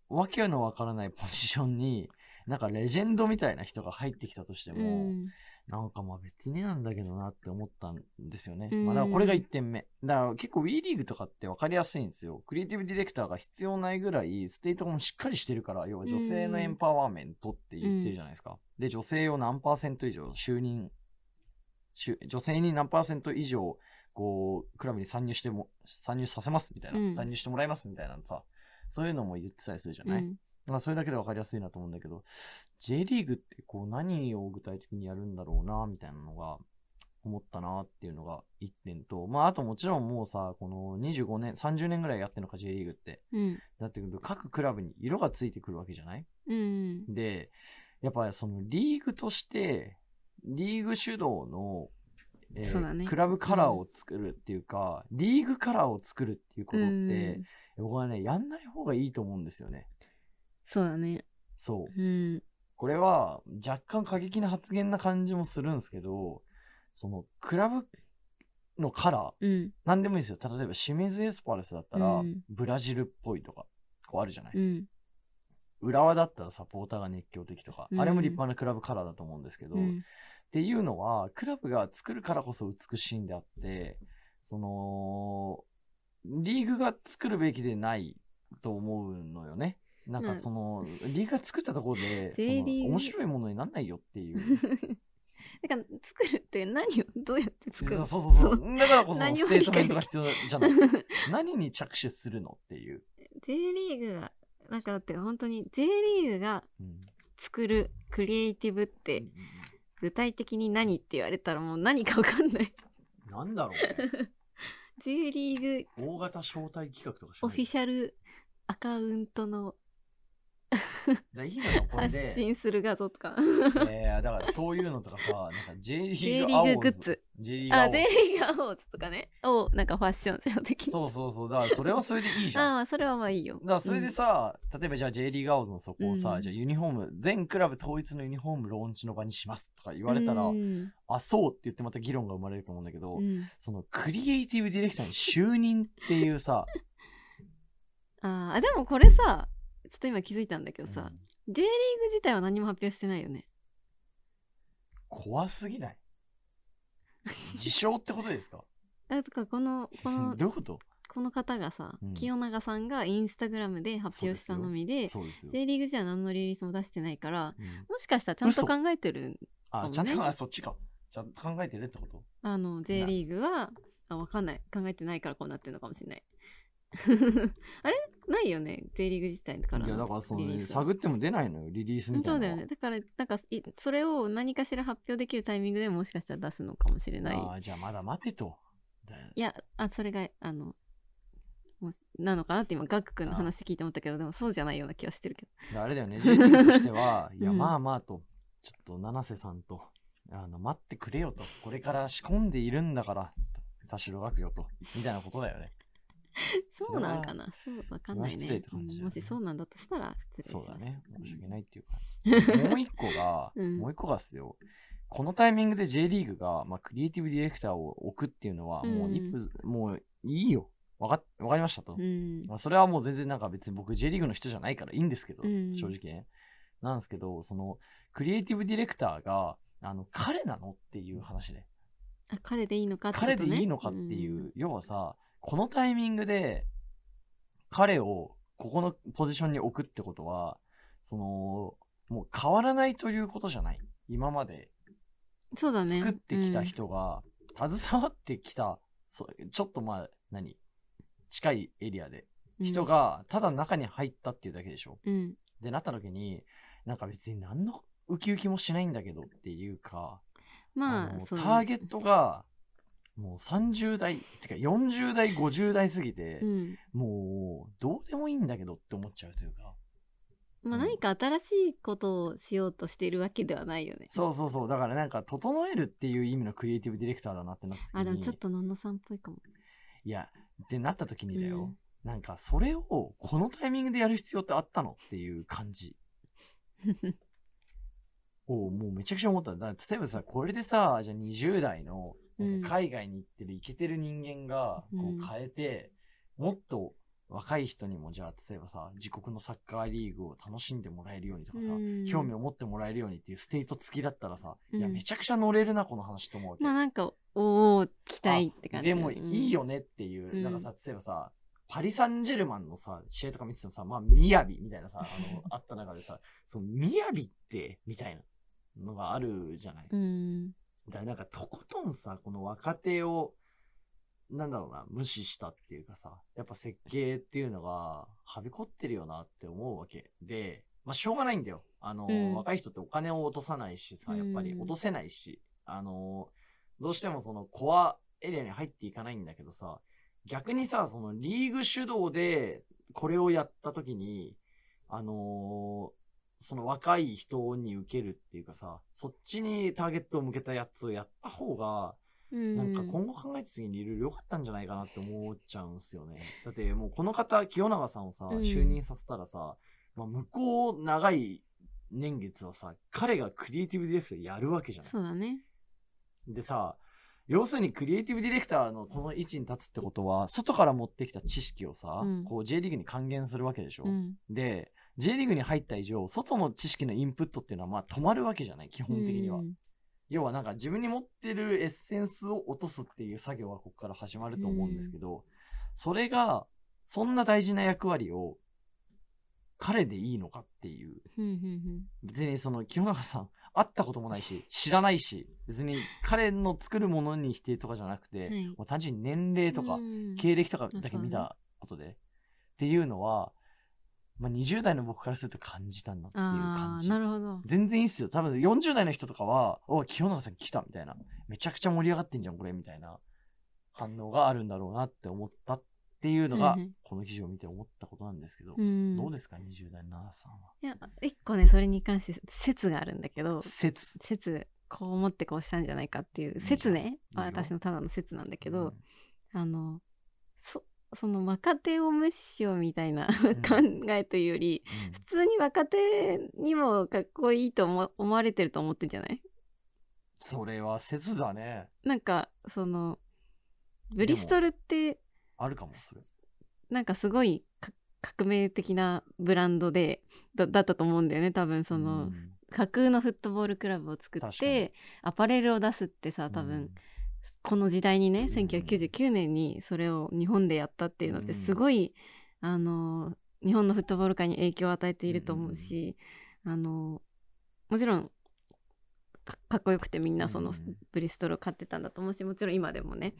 Speaker 2: わけのわからないポジションになんかレジェンドみたいな人が入ってきたとして
Speaker 1: う
Speaker 2: も、
Speaker 1: ん
Speaker 2: なんかまあ別になんだけどなって思ったんですよね。
Speaker 1: うん
Speaker 2: まあだからこれが1点目。だから結構 WE リーグとかって分かりやすいんですよ。クリエイティブディレクターが必要ないぐらいステートもしっかりしてるから、要は女性のエンパワーメントって言ってるじゃないですか。で、女性を何パーセント以上就任、就女性に何パーセント以上、こう、クラブに参入しても、参入させますみたいな、
Speaker 1: うん
Speaker 2: 参入してもらいますみたいなのさ、そういうのも言ってたりするじゃ
Speaker 1: う
Speaker 2: ない、
Speaker 1: ん
Speaker 2: まあ、それだけで分かりやすいなと思うんだけど、J リーグってこう何を具体的にやるんだろうな、みたいなのが思ったなっていうのが一点と、まあ、あともちろんもうさ、この25年、30年ぐらいやってるのか、J リーグって。
Speaker 1: うん
Speaker 2: だってくると、各クラブに色がついてくるわけじゃない
Speaker 1: うん
Speaker 2: で、やっぱそのリーグとして、リーグ主導の、えー
Speaker 1: そうだね
Speaker 2: クラブカラーを作るっていうか、リーグカラーを作るっていうことっ
Speaker 1: う
Speaker 2: て、
Speaker 1: ん
Speaker 2: 僕はね、やんない方がいいと思うんですよね。
Speaker 1: そうだね
Speaker 2: そう。
Speaker 1: うん
Speaker 2: これは若干過激な発言な感じもするんですけど、そのクラブのカラー、
Speaker 1: うん
Speaker 2: なんでもいいですよ。例えば清水エスパルスだったら
Speaker 1: うん、
Speaker 2: ブラジルっぽいとか、こうあるじゃない。
Speaker 1: うん
Speaker 2: 浦和だったらサポーターが熱狂的とか、
Speaker 1: うん
Speaker 2: あれも立派なクラブカラーだと思うんですけど、
Speaker 1: う
Speaker 2: っ
Speaker 1: ん
Speaker 2: ていうのは、クラブが作るからこそ美しいんであって、その、リーグが作るべきでないと思うのよね。なん
Speaker 1: う
Speaker 2: か
Speaker 1: ん
Speaker 2: その、リーグが作ったところで、そ
Speaker 1: J
Speaker 2: の
Speaker 1: リーグ
Speaker 2: 面白いものになんないよっていう。
Speaker 1: だから作るって何をどうやって 作るの
Speaker 2: そうそうそう。だからこそ
Speaker 1: 何
Speaker 2: ス
Speaker 1: も
Speaker 2: テ
Speaker 1: 理解
Speaker 2: ートメントが必要じゃない。何に着手するのっていう。
Speaker 1: J リーグがなんかだって本当に J リーグが
Speaker 2: うん
Speaker 1: 作るクリエイティブって具体的に何って言われたらもう何かわかんない
Speaker 2: なんだろうね。
Speaker 1: J リーグ
Speaker 2: 大型招待企画とかし
Speaker 1: オフィ
Speaker 2: ャ
Speaker 1: シャルアカウントの
Speaker 2: ル。いいのよ、これ
Speaker 1: 発
Speaker 2: で。
Speaker 1: 信する画像とか
Speaker 2: えー、だからそういうのとかさ、なんか J リ
Speaker 1: J
Speaker 2: ー
Speaker 1: リ
Speaker 2: グアワ
Speaker 1: ー
Speaker 2: ー
Speaker 1: ググッ。ズ
Speaker 2: J リーグアワ
Speaker 1: あ
Speaker 2: ー
Speaker 1: J リーグアワーズとかねをなんかファッション上的に
Speaker 2: そうそうそう。だからそれはそれでいいじゃん。
Speaker 1: ああそれはまあいいよ
Speaker 2: だからそれでさ、例えばじゃあ J リーグアウズのそこをさ、
Speaker 1: うん
Speaker 2: じゃあユニフォーム、全クラブ統一のユニフォームローンチの場にしますとか言
Speaker 1: 言
Speaker 2: われたら、
Speaker 1: うん
Speaker 2: あ、そうって言ってまた議論が生まれると思うんだけど、
Speaker 1: うん
Speaker 2: そのクリエイティブディレクターに就任っていうさ、
Speaker 1: あーあでもこれさちょっと今気づいたんだけどさ、
Speaker 2: うん
Speaker 1: J リーグ自体は何も発表してないよね
Speaker 2: 怖すぎない自称ってことですか
Speaker 1: だからこの こ の
Speaker 2: どういうこと
Speaker 1: この方がさ、
Speaker 2: うん
Speaker 1: 清永さんがインスタグラムで発表したのみで
Speaker 2: そうですよ。
Speaker 1: J リーグじゃ何のリリースも出してないから
Speaker 2: うん
Speaker 1: もしかしたらちゃんと
Speaker 2: 嘘
Speaker 1: 考えてる
Speaker 2: あ、
Speaker 1: ね
Speaker 2: ちゃんと、あ、そっちか。ちゃんと考えてるってこと
Speaker 1: あの J リーグはあわかんない考えてないからこうなってるのかもしれない あれないよね J リーグ自体から
Speaker 2: い
Speaker 1: の
Speaker 2: や、だからその、
Speaker 1: リリースは
Speaker 2: 探っても出ないのよ、リリースみたい
Speaker 1: そうだ
Speaker 2: な
Speaker 1: よ
Speaker 2: のは。
Speaker 1: ねだからなんかいそれを何かしら発表できるタイミングでもしかしたら出すのかもしれない
Speaker 2: あーじゃあまだ待てと。だ
Speaker 1: いやあそれがあのもうなのかなって今ガク君の話聞いて思ったけどでもそうじゃないような気はしてるけ
Speaker 2: だあれだよね、J リーグとしては、い や、
Speaker 1: うん
Speaker 2: まあまあと、ちょっと七瀬さんと、あの、待ってくれよと、これから仕込んでいるんだから、田代学よと、みたいなことだよね。
Speaker 1: どそうなんかなそうわかんないね
Speaker 2: それは失礼って感じ
Speaker 1: うん
Speaker 2: だよね
Speaker 1: もしそうなんだとしたら失礼
Speaker 2: そう
Speaker 1: し
Speaker 2: だ
Speaker 1: ます
Speaker 2: ね。申し訳ないいっていうか。もう一個が、
Speaker 1: うん
Speaker 2: もう一個がっすよ。このタイミングで J リーグが、まあ、クリエイティブディレクターを置くっていうのは、もう一歩ず、もういいよ。わか、わかりましたと。
Speaker 1: うん
Speaker 2: まあ、それはもう全然なんか別に僕 J リーグの人じゃないからいいんですけど、
Speaker 1: うん
Speaker 2: 正直ね。なんですけど、その、クリエイティブディレクターが、あの、彼なのっていう話ね。
Speaker 1: あ彼でいいのかってこと、
Speaker 2: 彼
Speaker 1: ね、
Speaker 2: でいいのかっていう、要はさこのタイミングで彼をここのポジションに置くってことはそのもう変わらないということじゃない今まで
Speaker 1: うんそうだね
Speaker 2: 作ってきた、人が、携わってきたそうちょっとまあ何近いエリアで
Speaker 1: うん
Speaker 2: 人、がただ中に入ったっていうだけでしょ、
Speaker 1: うんうん
Speaker 2: でなった時になんか別に何のウキウキもしないんだけどっていうか
Speaker 1: ま
Speaker 2: あ
Speaker 1: あ
Speaker 2: の
Speaker 1: そう
Speaker 2: タ
Speaker 1: だね
Speaker 2: ーゲットがもう30代てか40代50代過ぎて、
Speaker 1: うん
Speaker 2: もうどうでもいいんだけどって思っちゃうというか
Speaker 1: まあ、
Speaker 2: うん
Speaker 1: 何か新しいことをしようとしているわけではないよね。
Speaker 2: そうそうそう。だからなんか、整えるっていう意味のクリエイティブディレクターだなってなった時に。
Speaker 1: あ、でもちょっとのんのさんっぽいかも。
Speaker 2: いや、ってなった時にだよ。なんか、それをこのタイミングでやる必要ってあったのっていう 感じを、もうめちゃくちゃ思った。だから例えばさ、これでさ、じゃあ20代の、
Speaker 1: うん
Speaker 2: 海外に行ってるイケてる人間が、こ
Speaker 1: うん
Speaker 2: う変えて、もっと若い人にも、じゃあ、例えばさ、自国のサッカーリーグを楽しんでもらえるようにとかさ、興味
Speaker 1: を。
Speaker 2: を持ってもらえるようにっていうステート付きだったらさ、
Speaker 1: うん
Speaker 2: いや、めちゃくちゃ乗れるな、この話と思うわけ
Speaker 1: まあなんか、おお、期待って感じ。
Speaker 2: でもいい。よねっていう、
Speaker 1: うん
Speaker 2: なんかさ、例えばさ、パリ・サンジェルマンのさ、試合とか見ててもさ、まあ、みやびみたいなさ、あ の、あった中でさ、その、みやびって、みたいなのがあるじゃない。
Speaker 1: うん。
Speaker 2: だからなんか、とことんさ、この若手を、なんだろうな、無視したっていうかさ、やっぱ設計っていうのが、はびこってるよなって思うわけで、まあ、しょうがないんだよ。あの、
Speaker 1: うん
Speaker 2: 若い人ってお金を落とさないしさ、やっぱり
Speaker 1: うん
Speaker 2: 落とせないし、あの、どうしてもそのコアエリアに入っていかないんだけどさ、逆にさ、そのリーグ主導でこれをやった時に、あのーその若い人に受けるっていうかさ、そっちにターゲットを向けたやつをやった方が、
Speaker 1: うん。
Speaker 2: なんか今後考えて次にいろいろ良かったんじゃないかなって思っちゃうんすよね。だってもうこの方、清永さんをさ、
Speaker 1: うん
Speaker 2: 就任させたらさ、まあ、向こう長い年月はさ、彼がクリエイティブディレクターやるわけじゃない。
Speaker 1: そうだね。
Speaker 2: でさ、要するにクリエイティブディレクターのこの位置に立つってことは、外から持ってきた知識をさ、
Speaker 1: うん
Speaker 2: こう J リーグに還元するわけでしょ。
Speaker 1: うん。
Speaker 2: で、J リーグに入った以上、外の知識のインプットっていうのはまあ止まるわけじゃない、基本的には。
Speaker 1: うん
Speaker 2: 要はなんか自分に持ってるエッセンスを落とすっていう作業がここから始まると思うんですけど、それが、そんな大事な役割を、彼でいいのかっていう。
Speaker 1: ふんふんふん
Speaker 2: 別にその清永さん会ったこともない し知らないし別に彼の作るものに否定とかじゃなくて、
Speaker 1: はい
Speaker 2: もう単純に年齢とか
Speaker 1: うん
Speaker 2: 経歴とかだけ見たことで、っていうのは、まあ、20代の僕からすると感じたんだっていう感
Speaker 1: ああ、
Speaker 2: じ
Speaker 1: なるほど。
Speaker 2: 全然いいっすよ多分40代の人とかは「おい清永さん来た」みたいな「めちゃくちゃ盛り上がってんじゃんこれ」みたいな反応があるんだろうなって思ったっていうのが、
Speaker 1: はいはい
Speaker 2: この記事を見て思ったことなんですけど、
Speaker 1: うん。
Speaker 2: どうですか20代の奈々さんはい
Speaker 1: や、一個ね、それに関して説があるんだけど、
Speaker 2: 説
Speaker 1: 説、こう思ってこうしたんじゃないかっていう説ね。
Speaker 2: いいよ
Speaker 1: 私のただの説なんだけど、
Speaker 2: うん
Speaker 1: あの、そ、その若手を無視しようみたいな 考
Speaker 2: ん
Speaker 1: えというより、
Speaker 2: うん
Speaker 1: 普通に若手にもかっこいいと思思われてると思ってんじゃない
Speaker 2: それは説だね。
Speaker 1: なんか、その、ブリストルって、
Speaker 2: あるかも、それ。
Speaker 1: なんかすごいか革命的なブランドで、だだったと思うんだよね、多分その、
Speaker 2: うん
Speaker 1: 架空のフットボールクラブを作っ
Speaker 2: 確かに
Speaker 1: てアパレルを出すってさ多分、この時代にね
Speaker 2: うん
Speaker 1: 1999年にそれを日本でやったっていうのって
Speaker 2: うん
Speaker 1: すごい、あの日本のフットボール界に影響を与えていると思うし、あのもちろんかかっこよくてみんなその
Speaker 2: うん
Speaker 1: ブリストルを買ってたんだと思うしもちろん今でもね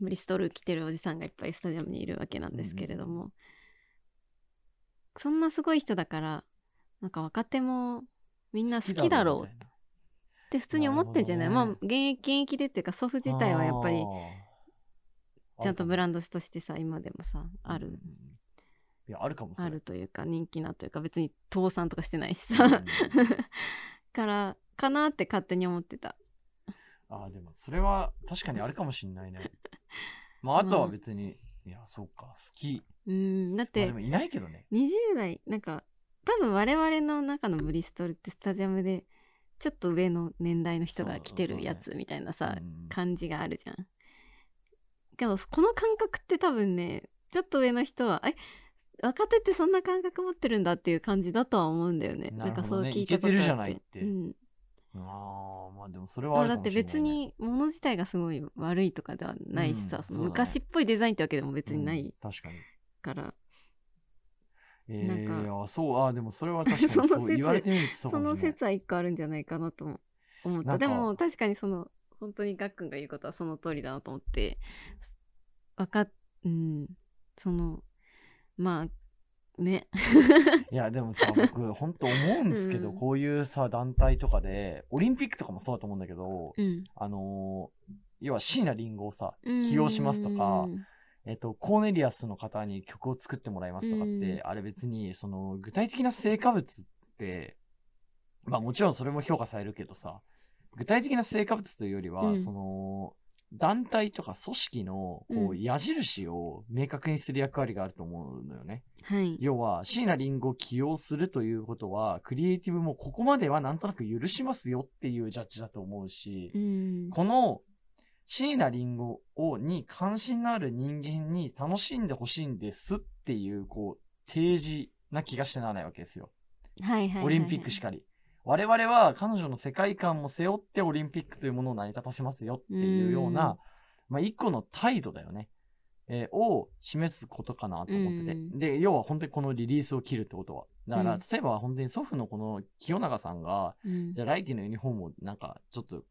Speaker 1: ブリストル着てるおじさんがいっぱいスタジアムにいるわけなんですけれども、そんなすごい人だからなんか若手もみんな好きだろうって普通に思ってんじゃない
Speaker 2: なるほど
Speaker 1: まあ
Speaker 2: ね
Speaker 1: 現役現役でっていうか祖父自体はやっぱり、ちゃんとブラ
Speaker 2: ン
Speaker 1: ンドとしてさ今でもさある、。
Speaker 2: うんうんいや、あるかも、それ
Speaker 1: ある。というか人気なというか別に倒産とかしてないし
Speaker 2: う
Speaker 1: さ
Speaker 2: ん
Speaker 1: からかなって勝手に思ってた
Speaker 2: ああ、でも、それは確かにあるかもしんな いね。まあ、あとは別に、いや、そうか、好き。
Speaker 1: うんだっ
Speaker 2: まあ
Speaker 1: て
Speaker 2: でも、いないけどね。
Speaker 1: 20代なんか多分我々の中のブリストルってスタジアムでちょっと上の年代の人が来て
Speaker 2: そう
Speaker 1: る
Speaker 2: そう
Speaker 1: やつみたいなさ、
Speaker 2: うん
Speaker 1: 感じがあるじゃん。けどこの感覚って多分ねちょっと上の人はえ若手ってそんな感覚持ってるんだっていう感じだとは思うんだよね。な
Speaker 2: なんる
Speaker 1: かそ
Speaker 2: ほど
Speaker 1: う
Speaker 2: ね
Speaker 1: 聞いたことあ
Speaker 2: イケてるじゃないって
Speaker 1: うん、
Speaker 2: ああ、まあ、でも、それ
Speaker 1: ま
Speaker 2: はあ
Speaker 1: あだ
Speaker 2: る
Speaker 1: っ
Speaker 2: か
Speaker 1: て
Speaker 2: もしんない、
Speaker 1: 別。に物自体がすごい悪いとかではないしさ、
Speaker 2: うん
Speaker 1: その
Speaker 2: そうだね
Speaker 1: 昔っぽいデザインってわけでも別にない
Speaker 2: うん確かに。
Speaker 1: から、
Speaker 2: え
Speaker 1: なんか
Speaker 2: ー、あそう、ああ、でも、それは確
Speaker 1: そ
Speaker 2: かに
Speaker 1: の
Speaker 2: そう
Speaker 1: 説
Speaker 2: 言われてみるとそうか
Speaker 1: そ
Speaker 2: も
Speaker 1: の
Speaker 2: しれない
Speaker 1: 説は一個あるんじゃないかなとも思っ
Speaker 2: な
Speaker 1: たで
Speaker 2: んか
Speaker 1: も確かにその本当にがっくんが言うことはその通りだなと思ってわかっうんそのまあね
Speaker 2: いやでもさ僕本当思うんですけ ど、
Speaker 1: うん
Speaker 2: こういうさ団体とかでオリンピックとかもそうだと思うんだけど
Speaker 1: うん
Speaker 2: あのー要は椎名林檎をさ起用しますとか
Speaker 1: うん
Speaker 2: えっと、コーネリアスの方に曲を作ってもらいますとかって、
Speaker 1: うん
Speaker 2: あれ別に、その、具体的な成果物って、まあもちろんそれも評価されるけどさ、具体的な成果物というよりは、
Speaker 1: うん
Speaker 2: その、団体とか組織のこ
Speaker 1: う
Speaker 2: うん矢印を明確にする役割があると思うのよね。
Speaker 1: はい。
Speaker 2: 要は、椎名林檎を起用するということは、クリエイティブもここまではなんとなく許しますよっていうジャッジだと思うし、
Speaker 1: うん。
Speaker 2: この椎名林檎をに関心のある人間に楽しんでほしいんですっていう、こう、提示な気がしてならないわけですよ。
Speaker 1: はいはいはいはい。
Speaker 2: オリンピックしかり。我々は彼女の世界観も背負ってオリンピックというものを成り立たせますよっていうような、まあ一個の態度だよね。えーを示すことかなと思ってて。
Speaker 1: うん
Speaker 2: で、要は本当にこのリリースを切るってことは。だから、
Speaker 1: うん
Speaker 2: 例えば本当に祖父のこの清永さんが、
Speaker 1: うん。
Speaker 2: じゃあ来季のユニフォームをなんかちょっと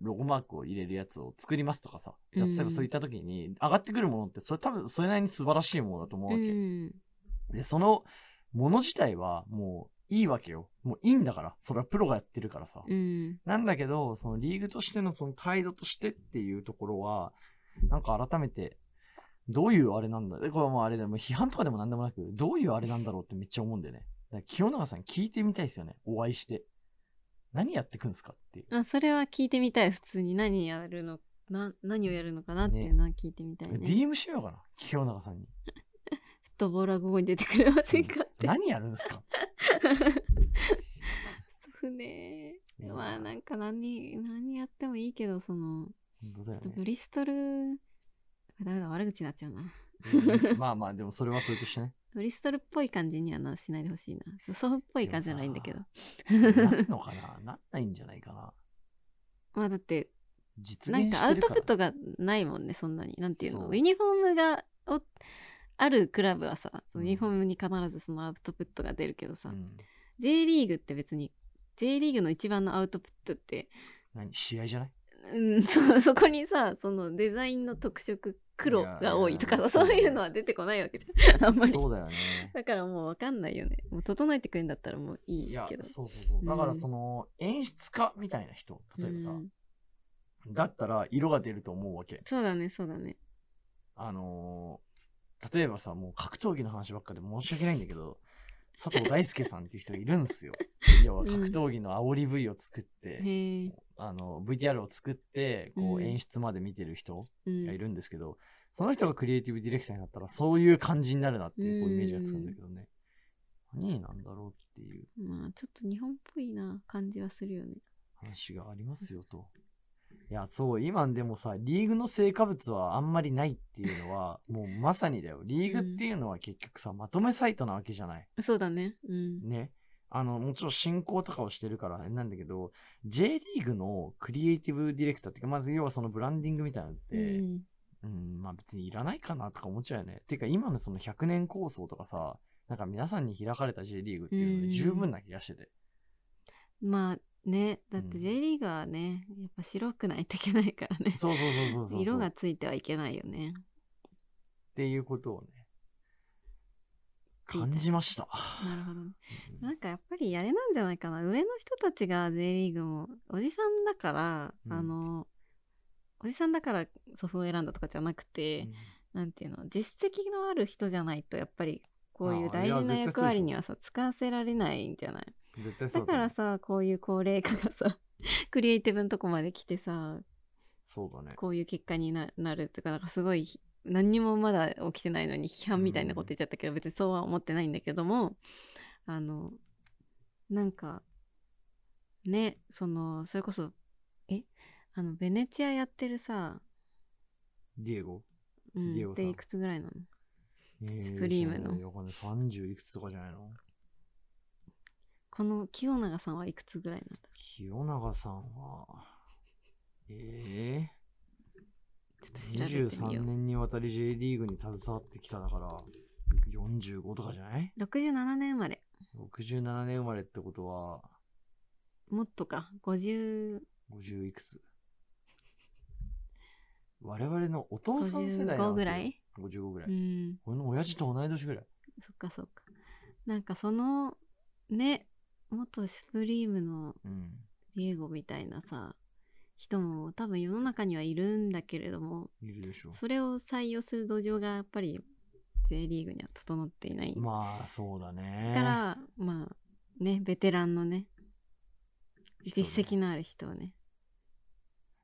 Speaker 2: ロゴマークを入れるやつを作りますとかさ。じゃあ例えばそういった時に上がってくるものって、それ多分それなりに素晴らしいものだと思うわ
Speaker 1: う
Speaker 2: け。
Speaker 1: ん。
Speaker 2: で、そのもの自体はもういいわけよ。もういいんだから。それはプロがやってるからさ。
Speaker 1: うん。
Speaker 2: なんだけど、そのリーグとしてのその態度としてっていうところは、なんか改めて、どういうあれなんだ、えこれはもうあれでもう批判とかでもなんでもなく、どういうあれなんだろうってめっちゃ思うんだよね。だから清永さん聞いてみたいですよね。お会いして。何やってくんですかっていう。
Speaker 1: あそれは聞いてみたい普通に何やるのな何をやるのかなってい
Speaker 2: ね
Speaker 1: うのは聞いてみたいね
Speaker 2: DM しようかな。清永さんに。
Speaker 1: フットボールは午後に出てくれませんかって
Speaker 2: 何やるんですかつっ
Speaker 1: 船
Speaker 2: て
Speaker 1: まあなんか何何やってもいいけどその
Speaker 2: 本当
Speaker 1: ち
Speaker 2: だ
Speaker 1: ょっ
Speaker 2: よ
Speaker 1: と
Speaker 2: ね
Speaker 1: ブリストルダメだ悪口になっちゃうな
Speaker 2: うんまあまあ、でもそれはそれとしてね。
Speaker 1: ブリストルっぽい感じにはなしないでほしいなそう祖父っぽい感じじゃないんだけど
Speaker 2: なんのかななんないんじゃないかな。
Speaker 1: まあだって
Speaker 2: 実
Speaker 1: なん
Speaker 2: 現してる
Speaker 1: かア
Speaker 2: から。
Speaker 1: ウトプットがないもんねそんなになんていう
Speaker 2: そ
Speaker 1: の
Speaker 2: う
Speaker 1: ユニフォームがおあるクラブはさその
Speaker 2: うん
Speaker 1: ユニフォームに必ずそのアウトプットが出るけどさ、
Speaker 2: うん
Speaker 1: J リーグって別に J リーグの一番のアウトプットって、
Speaker 2: 何試合じゃ ない
Speaker 1: うん、 そそこにさそのデザインの特色黒が多いとか
Speaker 2: いや
Speaker 1: さ
Speaker 2: いや
Speaker 1: そう いうのは出てこないわけじゃんあんまり
Speaker 2: そうだよね。
Speaker 1: だからもうわかんないよねもう整えてくれんだったらもうい
Speaker 2: い
Speaker 1: い
Speaker 2: や
Speaker 1: け、ど
Speaker 2: そうそうそうう。
Speaker 1: ん
Speaker 2: だからその、演出家みたいな人、例えばさ、
Speaker 1: うん
Speaker 2: だったら色が出ると思うわけ。
Speaker 1: そうだねそうだね
Speaker 2: あのー例えばさ、もう格闘技の話ばっかで申し訳ないんだけど、佐藤大輔さんっていう人がいるんですよ。 要は格闘技の煽り V を作って、
Speaker 1: へえ、
Speaker 2: あの、VTR を作って、
Speaker 1: う
Speaker 2: こうん演出まで見てる人
Speaker 1: うん
Speaker 2: がいるんですけど、その人がクリエイティブディレクターになったら、そういう感じになるなっていうこうイメージがつくんだけどね。何なんだろうっていう。
Speaker 1: まあちょっと日本っぽいな感じはするよね
Speaker 2: 話がありますよと。いや、そう、今でもさ、リーグの成果物はあんまりないっていうの は、もうまさにだよ。リーグっていうのは結局さ、まとめサイトなわけじゃない。
Speaker 1: そうだねうん
Speaker 2: ね。あの、もちろん進行とかをしてるからあれなんだけど、J リーグのクリエイティブディレクターっていうか、まず要はそのブランディングみたいなのって、うん、
Speaker 1: ん、
Speaker 2: まあ別にいらないかなとか思っちゃうよね。ていうか今のその100年構想とかさ、なんか皆さんに開かれた J リーグっていうので十分な気がして て。
Speaker 1: まあねだっ
Speaker 2: う
Speaker 1: て
Speaker 2: ん
Speaker 1: J リーグはねやっぱ白くないといけないからね
Speaker 2: そうそうそうそうそうそう。
Speaker 1: 色がついてはいけないよね
Speaker 2: っていうことをね、
Speaker 1: いいです
Speaker 2: 感じました。
Speaker 1: なるほどねなんかやっぱりあれなんじゃないかな上の人たちが J リーグもおじさんだから、
Speaker 2: うん
Speaker 1: あのおじさんだから祖父を選んだとかじゃなく
Speaker 2: う
Speaker 1: て
Speaker 2: ん、
Speaker 1: なんていうの実績のある人じゃないとやっぱりこういう
Speaker 2: ああ
Speaker 1: 大
Speaker 2: いや
Speaker 1: 事な
Speaker 2: 絶対そうでしょ
Speaker 1: 役割にはさ使わせられないんじゃない
Speaker 2: 絶対そ
Speaker 1: だ
Speaker 2: う
Speaker 1: か
Speaker 2: だ,、
Speaker 1: ら
Speaker 2: ね、
Speaker 1: さこういう高齢化がさ クリエイティブのとこまで来てさ
Speaker 2: そうだね。
Speaker 1: こういう結果にななるとかなんかすごい何にもまだ起きてないのに批判みたいなこと言っちゃったけど、別にそうは思ってないんだけどもあのなんかねそのそれこそえあのベネチアやってるさ、
Speaker 2: ディエゴ。
Speaker 1: う
Speaker 2: ディエ
Speaker 1: ん、っ
Speaker 2: ゴさん
Speaker 1: ていくつぐらいなの
Speaker 2: ス
Speaker 1: プリームの
Speaker 2: 横ね、30いくつとかじゃないの
Speaker 1: この清永さんはいくつぐらいなんだ
Speaker 2: 清永さんは、え
Speaker 1: ち
Speaker 2: え
Speaker 1: ょっと調べてみよ
Speaker 2: 23
Speaker 1: う
Speaker 2: 年にわたり J リーグに携わってきただから、45とかじゃない
Speaker 1: 67年生まれ
Speaker 2: ?67 年生まれってことは、
Speaker 1: もっとか50
Speaker 2: 50いくつ我々のお父さん世代なわけ
Speaker 1: 55ぐ
Speaker 2: よ
Speaker 1: らい
Speaker 2: ?55 ぐらい。
Speaker 1: うん
Speaker 2: 俺の親父と同い年ぐらい。
Speaker 1: そっかそっかなんかそのね元シュプリームの
Speaker 2: うん。
Speaker 1: ディエゴみたいなさ人も多分世の中にはいるんだけれども
Speaker 2: いるでしょう。
Speaker 1: それを採用する土壌がやっぱり J リーグには整っていない、
Speaker 2: まあ、そうだね。
Speaker 1: だからまあねベテランのね
Speaker 2: 人ね
Speaker 1: 実績のある人をね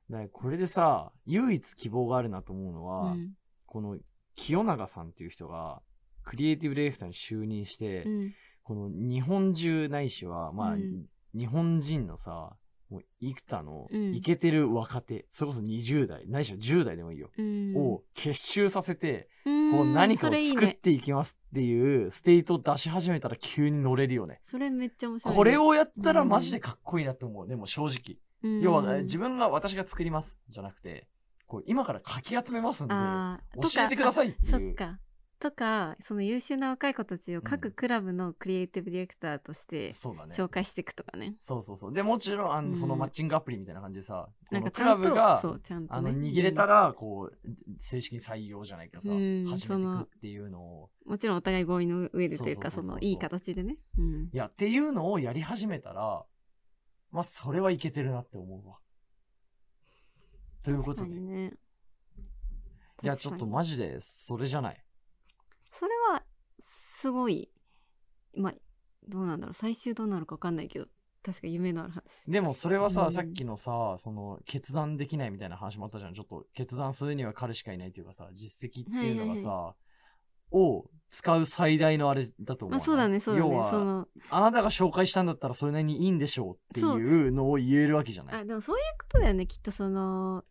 Speaker 2: だからこれでさ、唯一希望があるなと思うの
Speaker 1: う
Speaker 2: は、
Speaker 1: ん
Speaker 2: この清永さんっていう人が、クリエイティブディレクターに就任して、
Speaker 1: うん
Speaker 2: この日本中ないしは、まあ、
Speaker 1: うん
Speaker 2: 日本人のさ、もう幾多の
Speaker 1: うん
Speaker 2: イケてる若手、それこそ20代、ないしは10代でもいいよ、
Speaker 1: うん
Speaker 2: を結集させて、
Speaker 1: うん
Speaker 2: こう何か
Speaker 1: そ
Speaker 2: を
Speaker 1: れいい
Speaker 2: 作っ
Speaker 1: ね
Speaker 2: ていきますっていうステートを出し始めたら急に乗れるよね。
Speaker 1: それめっちゃ面白いね、
Speaker 2: これをやったらマジでかっこいいなと思う。でも正直。
Speaker 1: うん
Speaker 2: 要は、自分が私が作りますじゃなくて、こう今からかき集めますんで、
Speaker 1: あー
Speaker 2: 教えてくださいって
Speaker 1: そ
Speaker 2: い
Speaker 1: っ
Speaker 2: う。
Speaker 1: か。とか、その優秀な若い子たちを
Speaker 2: う
Speaker 1: 各
Speaker 2: ん
Speaker 1: クラブのクリエイティブディレクターとして
Speaker 2: そうだね。
Speaker 1: 紹介していくとかね。
Speaker 2: そうそうそう。で、もちろん、あ
Speaker 1: う
Speaker 2: の
Speaker 1: ん
Speaker 2: そのマッチングアプリみたいな感じでさ、こ
Speaker 1: なんか
Speaker 2: の
Speaker 1: ち
Speaker 2: ク
Speaker 1: ゃ
Speaker 2: ラ
Speaker 1: ん
Speaker 2: ブ
Speaker 1: と、
Speaker 2: が、
Speaker 1: そう、ちゃんと、ね。
Speaker 2: あの、握れたら、こう、正式に採用じゃないけどさ、
Speaker 1: う
Speaker 2: 始
Speaker 1: ん
Speaker 2: めていくっていうのを、
Speaker 1: うんもちろんお互い合意の上でというか、
Speaker 2: そ
Speaker 1: そう
Speaker 2: そうそうそう
Speaker 1: の、いい形でね。うん
Speaker 2: いや、っていうのをやり始めたら、まあ、それはいけてるなって思うわ。ということ
Speaker 1: 確
Speaker 2: で、
Speaker 1: か
Speaker 2: い
Speaker 1: にね。
Speaker 2: や、
Speaker 1: 確
Speaker 2: ち
Speaker 1: か
Speaker 2: ょっ
Speaker 1: に
Speaker 2: とマジで、それじゃない。
Speaker 1: それは、すごい、まあ、どうなんだろう。最終どうなるかわかんないけど、確か夢のある話。
Speaker 2: でも、それはさ、
Speaker 1: うん
Speaker 2: さっきのさ、その、決断できないみたいな話もあったじゃん。ちょっと、決断するには彼しかいないっていうかさ、実績っていうのがさ、
Speaker 1: は
Speaker 2: を使う最大のあれだと思う、
Speaker 1: まあ、そうだね、そうだ
Speaker 2: 要
Speaker 1: ね。
Speaker 2: は
Speaker 1: その、
Speaker 2: あなたが紹介したんだったらそれなりにいいんでしょうっていうのを言えるわけじゃない。
Speaker 1: あ、でもそういうことだよね。きっとその、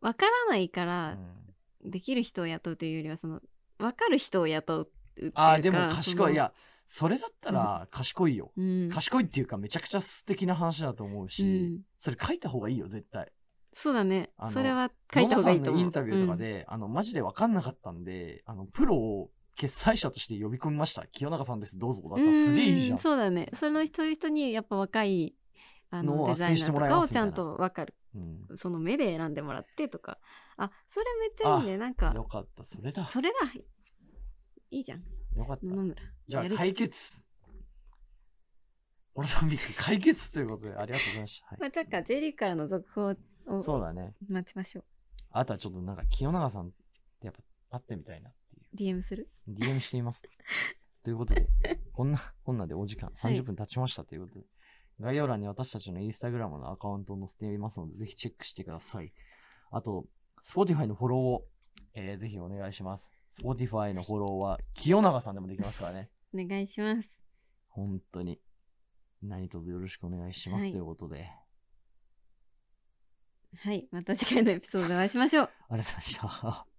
Speaker 1: わからないから、
Speaker 2: うん
Speaker 1: できる人を雇うというよりはその分かる人を雇うっていうか
Speaker 2: あーでも賢い。い、や、それだったら賢いよ。
Speaker 1: そのうん、
Speaker 2: 賢いっていうかめちゃくちゃ素敵な話だと思うし、
Speaker 1: うん
Speaker 2: それ書いた方がいいよ絶対
Speaker 1: そうだね
Speaker 2: あの
Speaker 1: それは書いた方がいいと思う
Speaker 2: ノムさんのインタビューとか、で、あのマジで分かんなかったんであのプロを決済者として呼び込みました清永さんですどうぞだっ
Speaker 1: う
Speaker 2: た
Speaker 1: ん、
Speaker 2: らすげえいいじゃん
Speaker 1: うそうだねそのそういう人にやっぱ若いあの
Speaker 2: のを
Speaker 1: デザイナーとかをちゃん
Speaker 2: 斡旋しても
Speaker 1: と分かる
Speaker 2: うん
Speaker 1: その目で選んでもらってとかあそれめっちゃいいねなんか
Speaker 2: よかったそれだ
Speaker 1: それだいいじゃん
Speaker 2: よかっ
Speaker 1: 野
Speaker 2: た
Speaker 1: 々村
Speaker 2: じゃ
Speaker 1: や
Speaker 2: あ
Speaker 1: る
Speaker 2: 解決オルタンビック解決ということでありがとうございました、はい
Speaker 1: まあ、じゃあ J リーグからの続報
Speaker 2: そ
Speaker 1: を
Speaker 2: うだね
Speaker 1: 待ちましょう
Speaker 2: あとはちょっとなんか清永さんってやっぱ会ってみたいなっていう
Speaker 1: DM する
Speaker 2: DM しています。ということで、こんな、こんなでお時間
Speaker 1: い
Speaker 2: 30分経ちましたということで、概要欄に私たちのインスタグラムのアカウントを載せていますので、ぜひチェックしてください。あと、Spotify のフォローを、えーぜひお願いします。Spotify のフォローは清永さんでもできますからね。
Speaker 1: お願いします
Speaker 2: 本当に。何卒よろしくお願いします、
Speaker 1: はい
Speaker 2: ということで、
Speaker 1: はいまた次回のエピソードでお会いしましょう
Speaker 2: ありがとうございました。